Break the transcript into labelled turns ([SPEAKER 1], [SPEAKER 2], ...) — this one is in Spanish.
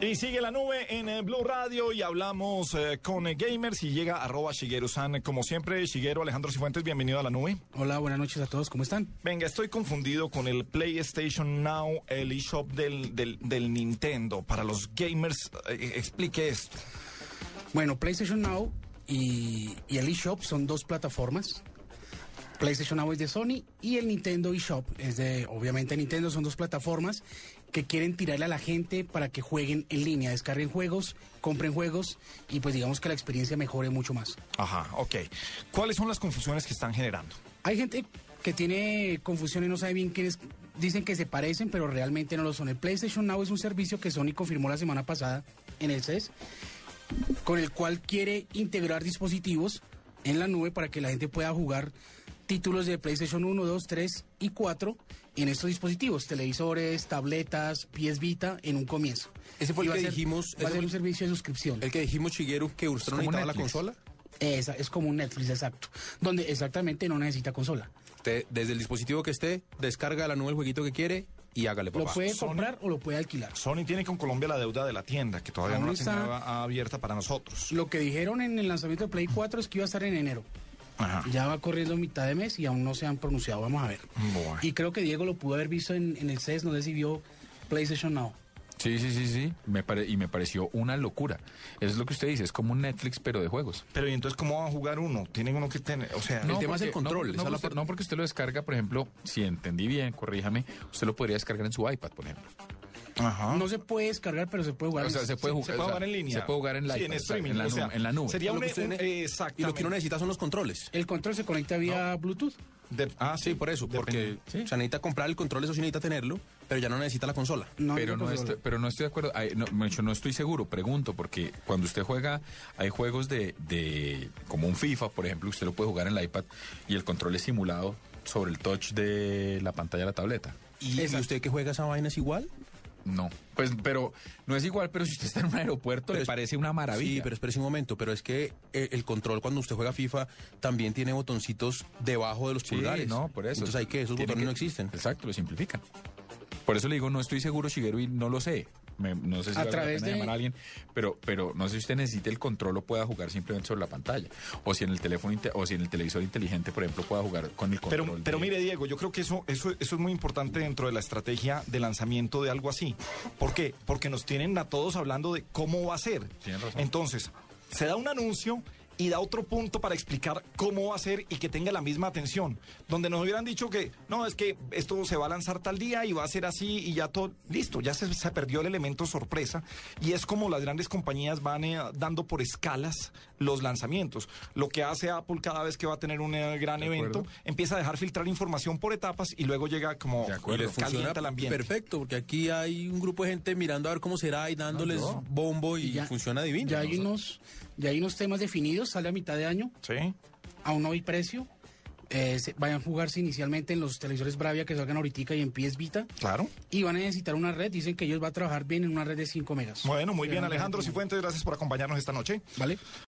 [SPEAKER 1] Y sigue la nube en eh, Blue Radio y hablamos eh, con eh, gamers y llega arroba Shigeru-san. Como siempre, Shigeru Alejandro Cifuentes, bienvenido a la nube.
[SPEAKER 2] Hola, buenas noches a todos, ¿cómo están?
[SPEAKER 1] Venga, estoy confundido con el PlayStation Now, el eShop del, del, del Nintendo. Para los gamers, eh, explique esto.
[SPEAKER 2] Bueno, PlayStation Now y, y el eShop son dos plataformas. PlayStation Now es de Sony y el Nintendo eShop es de, obviamente, Nintendo. Son dos plataformas que quieren tirarle a la gente para que jueguen en línea, descarguen juegos, compren juegos y pues digamos que la experiencia mejore mucho más.
[SPEAKER 1] Ajá, ok. ¿Cuáles son las confusiones que están generando?
[SPEAKER 2] Hay gente que tiene confusión y no sabe bien quién es. Dicen que se parecen, pero realmente no lo son. El PlayStation Now es un servicio que Sony confirmó la semana pasada en el CES, con el cual quiere integrar dispositivos en la nube para que la gente pueda jugar títulos de PlayStation 1, 2, 3 y 4 en estos dispositivos, televisores, tabletas, pies Vita, en un comienzo.
[SPEAKER 3] Ese fue
[SPEAKER 2] Y
[SPEAKER 3] el
[SPEAKER 2] va a
[SPEAKER 3] que
[SPEAKER 2] ser-
[SPEAKER 3] dijimos-
[SPEAKER 2] Va
[SPEAKER 3] ese
[SPEAKER 2] a ser
[SPEAKER 3] fue-
[SPEAKER 2] un servicio de suscripción.
[SPEAKER 3] El que dijimos, Chiguero, que usted no
[SPEAKER 1] Es como
[SPEAKER 3] necesitaba la
[SPEAKER 1] Netflix.
[SPEAKER 3] consola.
[SPEAKER 2] Esa, es como un Netflix, exacto. Donde exactamente no necesita consola.
[SPEAKER 3] Te- desde el dispositivo que esté, descarga de la nube el jueguito que quiere y hágale,
[SPEAKER 2] Lo
[SPEAKER 3] papá.
[SPEAKER 2] puede
[SPEAKER 1] Sony-
[SPEAKER 2] comprar o lo puede alquilar.
[SPEAKER 1] Sony tiene con Colombia la deuda de la tienda, que todavía no la
[SPEAKER 2] Aún está-
[SPEAKER 1] tenía abierta para nosotros.
[SPEAKER 2] Lo que dijeron en el lanzamiento de Play 4 es que iba a estar en enero.
[SPEAKER 1] Ajá.
[SPEAKER 2] Ya va corriendo mitad de mes y aún no se han pronunciado. Vamos a ver.
[SPEAKER 1] Bueno.
[SPEAKER 2] Y creo que Diego lo pudo haber visto en, en el CES, no sé si vio PlayStation Now.
[SPEAKER 4] Sí, sí, sí, sí. Me pare- Y me pareció una locura. Es lo que usted dice, es como un Netflix, pero de juegos.
[SPEAKER 1] Pero ¿y entonces cómo va a jugar uno? Tiene uno que tener, o sea...
[SPEAKER 3] No. tema es el control,
[SPEAKER 4] No,
[SPEAKER 3] esa es la
[SPEAKER 4] usted-
[SPEAKER 3] parte.
[SPEAKER 4] no, porque usted lo descarga, por ejemplo, si entendí bien, corríjame, usted lo podría descargar en su iPad, por ejemplo.
[SPEAKER 1] Ajá.
[SPEAKER 2] No se puede descargar, pero se puede jugar.
[SPEAKER 4] O
[SPEAKER 2] en-
[SPEAKER 4] sea, se puede jugar,
[SPEAKER 1] se puede
[SPEAKER 4] o sea,
[SPEAKER 1] jugar en línea.
[SPEAKER 4] Se puede jugar en la
[SPEAKER 1] Sí,
[SPEAKER 4] iPad,
[SPEAKER 1] en
[SPEAKER 4] o sea,
[SPEAKER 1] streaming.
[SPEAKER 4] en la,
[SPEAKER 1] o sea,
[SPEAKER 4] nube, en la nube.
[SPEAKER 1] Sería
[SPEAKER 3] Lo
[SPEAKER 1] un,
[SPEAKER 3] que usted
[SPEAKER 1] un-
[SPEAKER 3] ne-
[SPEAKER 1] exactamente.
[SPEAKER 3] Y lo que uno necesita son los controles.
[SPEAKER 2] El control se conecta vía Bluetooth.
[SPEAKER 1] De-
[SPEAKER 3] Ah, sí, por eso. Porque
[SPEAKER 1] Depende.
[SPEAKER 3] o sea, necesita comprar el control, eso sí necesita tenerlo, pero ya no necesita la consola.
[SPEAKER 2] No,
[SPEAKER 4] pero,
[SPEAKER 2] no
[SPEAKER 4] no
[SPEAKER 2] se puede
[SPEAKER 4] estoy, pero no estoy de acuerdo. Ay, no, mejor dicho, no estoy seguro, pregunto, porque cuando usted juega, hay juegos de, de- como un FIFA, por ejemplo, usted lo puede jugar en el iPad y el control es simulado sobre el touch de la pantalla de la tableta.
[SPEAKER 3] ¿Y, y
[SPEAKER 2] Exacto.
[SPEAKER 3] usted que juega esa vaina es igual?
[SPEAKER 4] No, pues, pero no es igual, pero si usted está en un aeropuerto
[SPEAKER 3] Pero
[SPEAKER 4] le
[SPEAKER 3] es-
[SPEAKER 4] parece una maravilla.
[SPEAKER 3] Sí, pero espérese un momento, pero es que eh, el control cuando usted juega FIFA también tiene botoncitos debajo de los
[SPEAKER 4] Sí,
[SPEAKER 3] pulgares.
[SPEAKER 4] no, por eso.
[SPEAKER 3] Entonces hay que, esos
[SPEAKER 4] Tiene
[SPEAKER 3] botones
[SPEAKER 4] que-
[SPEAKER 3] no existen.
[SPEAKER 4] Exacto, lo simplifican. Por eso le digo, no estoy seguro, Shigeru, y no lo sé. Me- no sé si
[SPEAKER 2] A
[SPEAKER 4] vale la
[SPEAKER 2] través
[SPEAKER 4] pena
[SPEAKER 2] de-
[SPEAKER 4] llamar a alguien, pero, pero no sé si usted necesita el control o pueda jugar simplemente sobre la pantalla. O si en el teléfono inte- o si en el televisor inteligente, por ejemplo, pueda jugar con el control.
[SPEAKER 1] Pero, pero
[SPEAKER 4] de-
[SPEAKER 1] mire, Diego, yo creo que eso, eso, eso es muy importante dentro de la estrategia de lanzamiento de algo así. ¿Por qué? Porque nos tienen a todos hablando de cómo va a ser.
[SPEAKER 4] Tienes razón.
[SPEAKER 1] Entonces, se da un anuncio y da otro punto para explicar cómo va a ser y que tenga la misma atención. Donde nos hubieran dicho que, no, es que esto se va a lanzar tal día y va a ser así y ya todo, listo, ya se, se perdió el elemento sorpresa. Y es como las grandes compañías van eh, dando por escalas los lanzamientos. Lo que hace Apple cada vez que va a tener un eh, gran
[SPEAKER 4] De
[SPEAKER 1] evento,
[SPEAKER 4] acuerdo.
[SPEAKER 1] empieza a dejar filtrar información por etapas y luego llega como
[SPEAKER 3] Y
[SPEAKER 4] De acuerdo.
[SPEAKER 3] les funciona
[SPEAKER 1] calienta el ambiente.
[SPEAKER 3] perfecto, porque aquí hay un grupo de gente mirando a ver cómo será y dándoles
[SPEAKER 4] yo.
[SPEAKER 3] bombo y,
[SPEAKER 2] ya-
[SPEAKER 3] funciona divino.
[SPEAKER 2] Ya hay, unos, ya hay unos temas definidos, sale a mitad de año,
[SPEAKER 1] Sí.
[SPEAKER 2] aún no hay precio. Eh, se- vayan a jugarse inicialmente en los televisores Bravia que salgan ahorita y en PS Vita.
[SPEAKER 1] Claro.
[SPEAKER 2] Y van a necesitar una red, dicen que ellos van a trabajar bien en una red de 5 megas.
[SPEAKER 1] Bueno, muy
[SPEAKER 2] Sí,
[SPEAKER 1] bien,
[SPEAKER 2] una red
[SPEAKER 1] Alejandro
[SPEAKER 2] como-
[SPEAKER 1] Cifuentes, gracias por acompañarnos esta noche.
[SPEAKER 2] ¿Vale?